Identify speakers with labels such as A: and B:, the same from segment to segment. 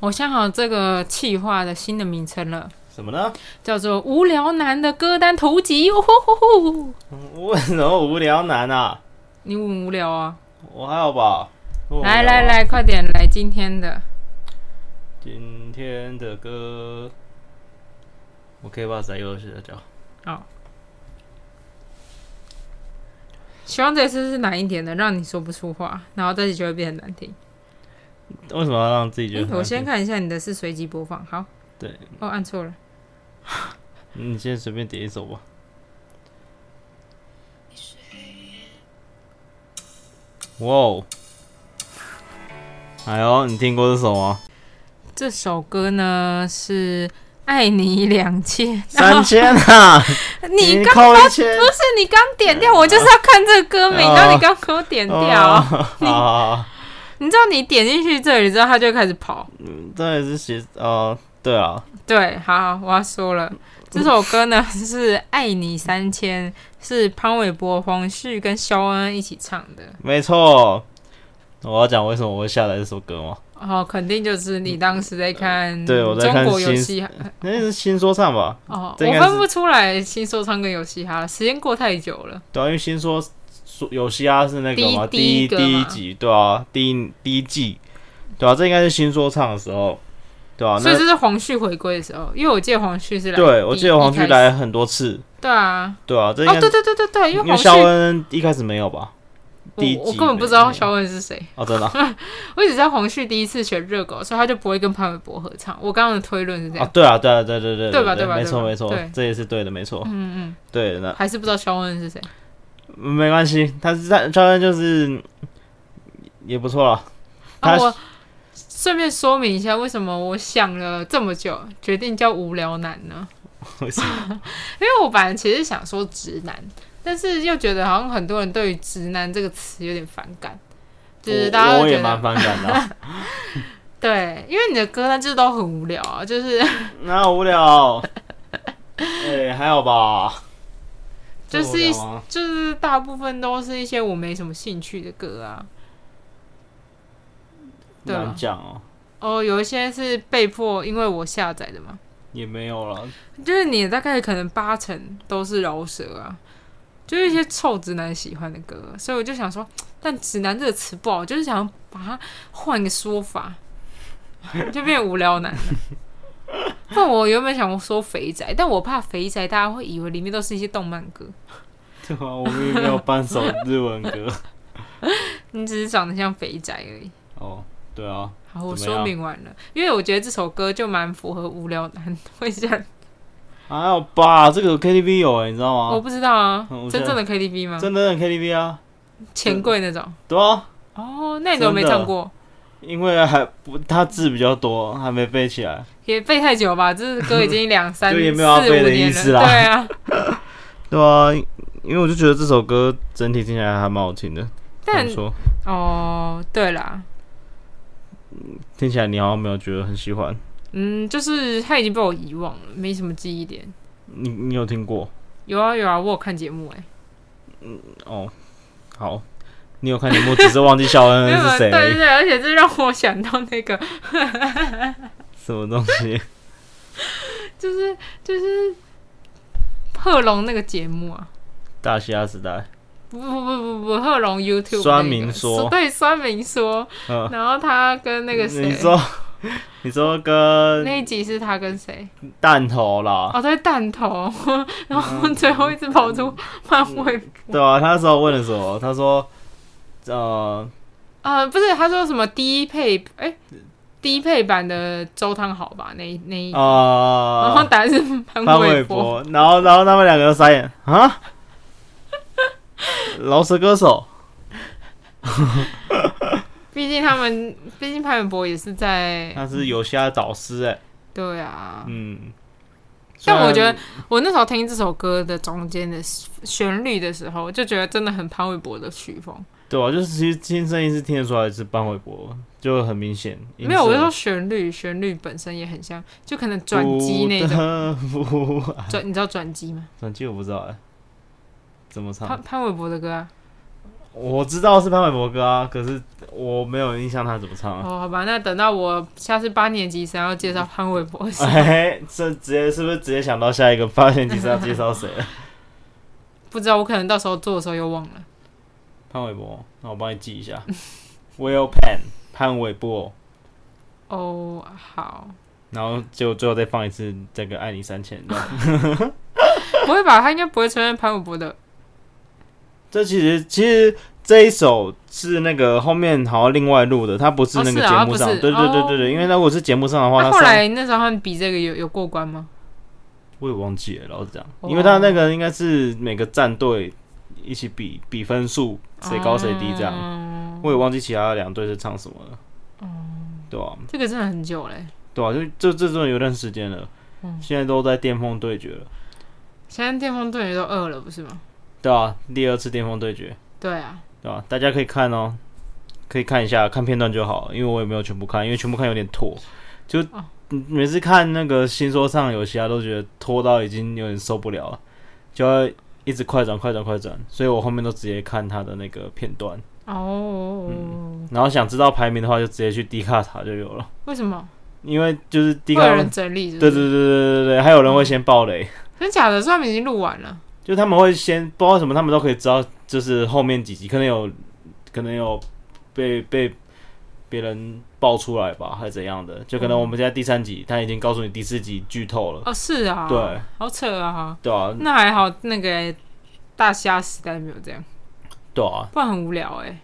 A: 我想好这个企划的新的名称了，
B: 什么呢？
A: 叫做“无聊男的歌单图集”。哦吼吼吼！
B: 嗯为什么无聊男啊？
A: 你很无聊啊！
B: 我还好吧。我
A: 来来来，快点来今天的。
B: 今天的歌，我可以把谁又是叫？
A: 好，希望这次是难一点的，让你说不出话，然后这集就会变得难听。
B: 为什么要让自己觉
A: 诶
B: 得？
A: 嗯我先，看一下你的是随机播放，好，
B: 对，
A: 哦，按错了。
B: 你先随便点一首吧。哇哦！哎呦，你听过这首 吗？
A: 这首歌呢是《爱你两千》，然后
B: 三千啊！
A: 你刚
B: 扣一千
A: 不，是你刚点掉，我就是要看这个歌名，
B: 哦
A: 然后你刚给我点
B: 哦
A: 掉，
B: 好 好好
A: 你知道你点进去这里之后，它就会开始跑。
B: 这也是写哦，对啊，
A: 对，好，我要说了，这首歌呢 是《爱你三千》，是潘玮柏、黄旭跟肖恩一起唱的。
B: 没错。我要讲为什么我会下载这首歌吗？
A: 哦，肯定就是你当时在看
B: 嗯对我在看
A: 中国游
B: 新
A: 戏哈
B: 那是新说唱吧？
A: 哦，
B: 这
A: 我
B: 应该是
A: 分不出来新说唱跟游戏哈，时间过太久了。
B: 对啊，因为新说说有嘻哈是那个嘛，
A: 第
B: 第
A: 一第一
B: 一
A: 个
B: 第
A: 嘛
B: 一集，对啊，第一第一季，对啊，这应该是新说唱的时候，对啊，
A: 所以
B: 那
A: 这是黄旭回归的时候，因为我记得黄旭是来
B: 对
A: 第
B: 我记得黄旭。
A: 一开
B: 来
A: 始
B: 很多次，
A: 对啊，
B: 对啊，这应
A: 哦，
B: 该
A: 对对对对对，因
B: 因
A: 为
B: 为
A: 黄旭
B: 肖恩一开始没有吧？第一
A: 我我
B: 集
A: 根本不知
B: 没
A: 道
B: 有
A: 肖恩是谁，
B: 哦，真的啊
A: 我只知道黄旭第一次选热狗，所以他就不会跟潘玮柏合唱。我刚刚的推论是这
B: 啊
A: 样，，
B: 对啊，对啊，对对对
A: 对吧对
B: 对
A: 吧
B: 没
A: 对
B: 错
A: 吧
B: 没错
A: 对，
B: 这也是对的，没错，
A: 嗯嗯，
B: 对，那
A: 还是不知道肖恩是谁。
B: 没关系，他是他肖恩就是也不错了，
A: 啊，
B: 他
A: 我顺便说明一下，为什么我想了这么久，决定叫无聊男呢？
B: 为什
A: 因为我本来其实想说直男，但是又觉得好像很多人对于“直男”这个词有点反感，就是大家
B: 我
A: 都
B: 我也
A: 觉
B: 蛮
A: 得
B: 反感的啊，
A: 对，因为你的歌单就是都很无聊啊，就是
B: 那好无聊，哎，还好吧。
A: 就
B: 这无
A: 是
B: 聊
A: 一
B: 吗
A: 就是大部分都是一些我没什么兴趣的歌啊。对啊
B: 难讲哦，
A: 哦，有一些是被迫因为我下载的嘛，
B: 也没有了。
A: 就是你大概可能八成都是饶舌啊，就是一些臭直男喜欢的歌，所以我就想说，但“直男”这个词不好，就是想把它换个说法，就变无聊男了。不然我原本想说肥宅，但我怕肥宅大家会以为里面都是一些动漫歌，
B: 对啊，我们也没有半首日文歌。
A: 你只是长得像肥宅而已。
B: 哦，对啊，
A: 好，我
B: 怎么
A: 说
B: 样
A: 明完了，因为我觉得这首歌就蛮符合无聊男会这样，
B: 还好吧，这个 KTV 有哎、你知道
A: 我
B: 吗？
A: 不知道啊
B: 嗯，我知
A: 真
B: 道
A: 正的 KTV 吗？
B: 真的很 KTV 啊，
A: 钱柜那种。
B: 对啊，
A: 哦，那你怎么没
B: 真的
A: 唱过？
B: 因为还不他字比较多，还没背起来。
A: 也背太久吧，这歌已经两三
B: 就也没有要
A: 四五
B: 背的
A: 年
B: 意思
A: 了，
B: 啦
A: 对啊。
B: 对啊，因为我就觉得这首歌整体听起来还蛮好听的。
A: 但
B: 怎么说
A: 哦，对啦，
B: 听起来你好像没有觉得很喜欢，
A: 嗯，就是他已经被我遗忘了，没什么记忆点。
B: 你你有听过
A: 有啊有啊，我有看节目哎、
B: 哦？好，你有看节目，只是忘记肖恩
A: 没有啊
B: 是
A: 对
B: 谁而
A: 对
B: 已，
A: 对，而且这让我想到那个，
B: 什么东西？
A: 就是就是贺龙那个节目啊，
B: 大嘻哈时代，
A: 不不不不不，贺龙 YouTube
B: 酸
A: 那个
B: 民说
A: 对酸民说，
B: 嗯、
A: 然后他跟那个 谁，
B: 你说，你说跟
A: 那一集是他跟谁？
B: 弹头啦，
A: 哦，对，弹头， 然后
B: 嗯
A: 最后一直跑出漫威
B: 对啊，他那时候问了什么？他说，呃，
A: 呃，不是，他说什么低配哎、低配版的粥汤好吧？那一那一，然后
B: 呃，
A: 答案是潘
B: 哦潘
A: 玮
B: 玮
A: 柏。
B: 柏，然后然后他们两个都傻眼啊，饶舌歌手，
A: 毕竟他们，毕竟潘玮柏也是在，
B: 他是有虾的导师哎、
A: 对啊。
B: 嗯，
A: 但我觉
B: 虽
A: 得
B: 然，
A: 我那时候听这首歌的中间的旋律的时候，就觉得真的很潘玮柏的曲风。
B: 对啊，就是其实听声音是听得出来是潘玮柏，就很明显，
A: 没有，我
B: 音
A: 是
B: 色
A: 说旋律，旋律本身也很像，就可能转机那种
B: 不啊得不爱
A: 转，你知道转机吗？
B: 欸转机我不知道哎、怎么唱
A: 潘潘玮柏的歌啊，
B: 我知道是潘玮柏歌啊，可是我没有印象他怎么唱 啊。
A: 哦，好吧，那等到我下次八年级想要介绍潘玮柏的时候，
B: 哎，这直接是不是直接想到下一个八年级是要介绍谁了？
A: 不知道我可能到时候做的时候又忘了。
B: 潘玮柏，那我帮你记一下。Will Pan，潘玮柏，
A: 哦，好，
B: 然后结果最后再放一次这个《爱你三千》这样。
A: 不会吧？他应该不会承认潘玮柏的。
B: 这其实其实这一首是那个后面好像另外录的，它不是那个
A: 哦是啊
B: 节目上，
A: 它不是
B: 对对对对对，因为如果是节目上的
A: 那
B: 话，它
A: 啊后
B: 上
A: 来那时候他们比这个有有过关吗？
B: 我也忘记了，老实讲，
A: 哦
B: 因为它那个应该是每个战队一起比比分数，谁高谁低这样，
A: 嗯
B: 我也忘记其他两队是唱什么了，
A: 哦
B: 对啊，
A: 这个真的很久嘞，
B: 对啊，就就这种有段时间了，
A: 嗯
B: 现在都在巅峰对决了，
A: 现在巅峰队也都饿了，不是吗？
B: 对啊，第二次巅峰对决，
A: 对啊，
B: 对啊，大家可以看哦，可以看一下，看片段就好，因为我也没有全部看，因为全部看有点拖，就、
A: 哦
B: 嗯每次看那个新说唱游戏啊，都觉得拖到已经有点受不了了，就要一直快转快转快转，所以我后面都直接看他的那个片段，
A: 哦，
B: 然后想知道排名的话，就直接去迪卡塔就有了，
A: 为什么？
B: 因为就是迪
A: 会
B: 卡
A: 有人
B: 对
A: 整理是不
B: 对对
A: 是？
B: 对对对对，还有人会先爆雷，
A: 真假的？所以他们已经录完了。
B: 就他们会先不知道为什么，他们都可以知道，就是后面几集可能有可能有被被别人爆出来吧，还是怎样的？就可能我们现在第三集，他已经告诉你第四集剧透了，
A: 哦，是啊，
B: 对，
A: 好扯啊。
B: 对啊，
A: 那还好，那个大虾时代没有这样，
B: 对啊，
A: 不然很无聊哎、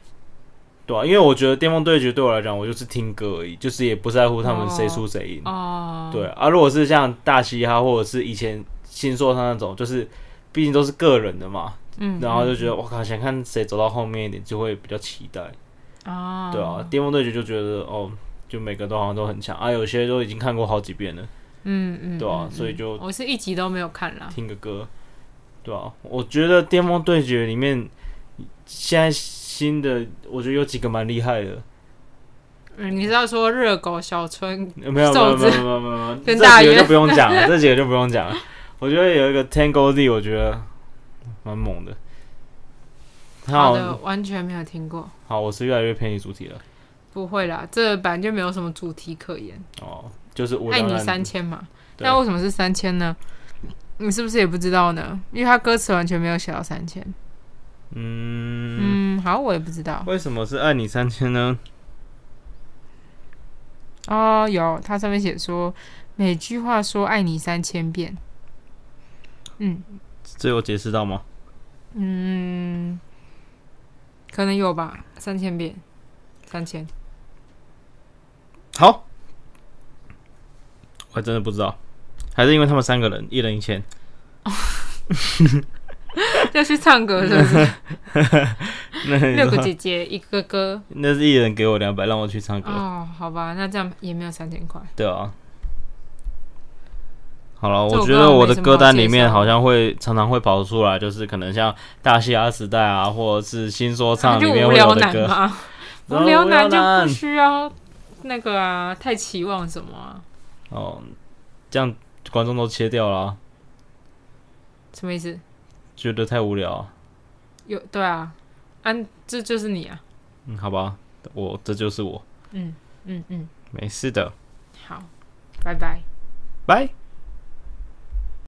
B: 对啊，因为我觉得巅峰对决对我来讲，我就是听歌而已，就是也不在乎他们谁输谁赢。
A: 哦，
B: 嗯对啊，如果是像大嘻哈或者是以前新说唱那种，就是毕竟都是个人的嘛，
A: 嗯，嗯，
B: 然后就觉得我靠，想看谁走到后面一点，就会比较期待。
A: 啊，
B: 对啊，，巅峰对决就觉得哦，就每个都好像都很强啊，有些都已经看过好几遍了，
A: 嗯嗯，
B: 对啊
A: 嗯，
B: 所以就
A: 我是一集都没有看啦。
B: 听个歌，对啊，我觉得巅峰对决里面现在新的，我觉得有几个蛮厉害的，
A: 嗯你是要说热狗小春
B: 呃没有没有
A: 瘦
B: 没
A: 子
B: 有没有没有没有，
A: 跟
B: 这
A: 大
B: 几个
A: 约
B: 就不用讲了， 这几个就不用讲了。我觉得有一个 Tango D，我觉得蛮猛的，他
A: 好
B: 好
A: 的
B: 像
A: 完全没有听过，
B: 好，我是越来越偏离主题了
A: 不会啦，这本来就没有什么主题可言。
B: 哦，就是我
A: 爱你三千嘛，
B: 对
A: 那为什么是三千呢？你是不是也不知道呢？因为他歌词完全没有写到三千。
B: 嗯。
A: 嗯，好，我也不知道。
B: 为什么是爱你三千呢？
A: 哦，有，它上面写说每句话说爱你三千遍。嗯
B: 这有解释到吗？
A: 嗯，可能有吧，三千遍，三千。
B: 好，我还真的不知道，还是因为他们三个人一人一千，
A: 要去唱歌是不 是？
B: 那你
A: 六个
B: 说
A: 姐姐一个哥。
B: 那是一人给我两百，让我去唱歌，
A: 哦，好吧，那这样也没有三千块。
B: 对啊。好了，
A: 这
B: 我
A: 我
B: 觉
A: 刚
B: 得
A: 刚
B: 我
A: 没
B: 的
A: 什么啊
B: 歌
A: 好
B: 单
A: 介
B: 里面
A: 绍
B: 好像会常常会跑出来，就是可能像大嘻哈时代啊，或者是新说
A: 那
B: 唱里
A: 就
B: 面
A: 无
B: 会有
A: 聊
B: 的
A: 男
B: 歌。
A: 嘛，无
B: 然后
A: 聊男就
B: 男
A: 不需要那个啊，太期望什么啊？
B: 哦，这样观众都切掉了啊，
A: 什么意思？
B: 觉得太无聊啊。
A: 有对啊，安这就是你啊。
B: 嗯，好吧，我这就是我，
A: 嗯嗯嗯，
B: 没事的，
A: 好，拜拜。
B: 拜。